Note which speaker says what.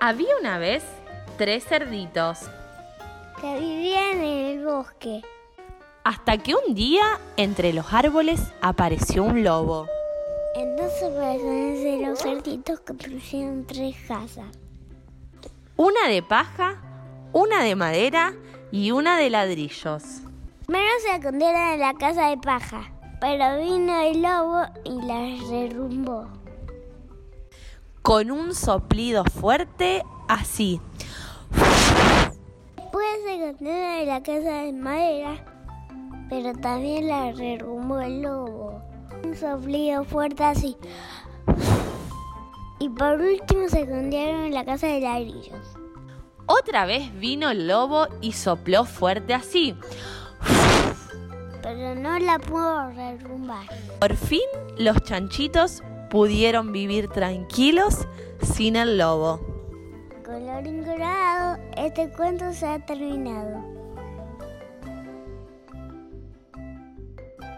Speaker 1: Había una vez tres cerditos,
Speaker 2: que vivían en el bosque.
Speaker 1: hasta que un día entre los árboles apareció un lobo.
Speaker 2: Entonces pues, personas de los cerditos construyeron tres casas.
Speaker 1: Una de paja, una de madera y una de ladrillos.
Speaker 2: Primero se escondieron en la casa de paja, pero vino el lobo y las derrumbó.
Speaker 1: Con un soplido fuerte, así.
Speaker 2: Después se escondieron en la casa de madera, pero también la derrumbó el lobo. Un soplido fuerte así. Y por último se escondieron en la casa de ladrillos.
Speaker 1: Otra vez vino el lobo y sopló fuerte así.
Speaker 2: Pero no la pudo derrumbar.
Speaker 1: Por fin los chanchitos pudieron vivir tranquilos sin el lobo.
Speaker 2: Colorín colorado, este cuento se ha terminado.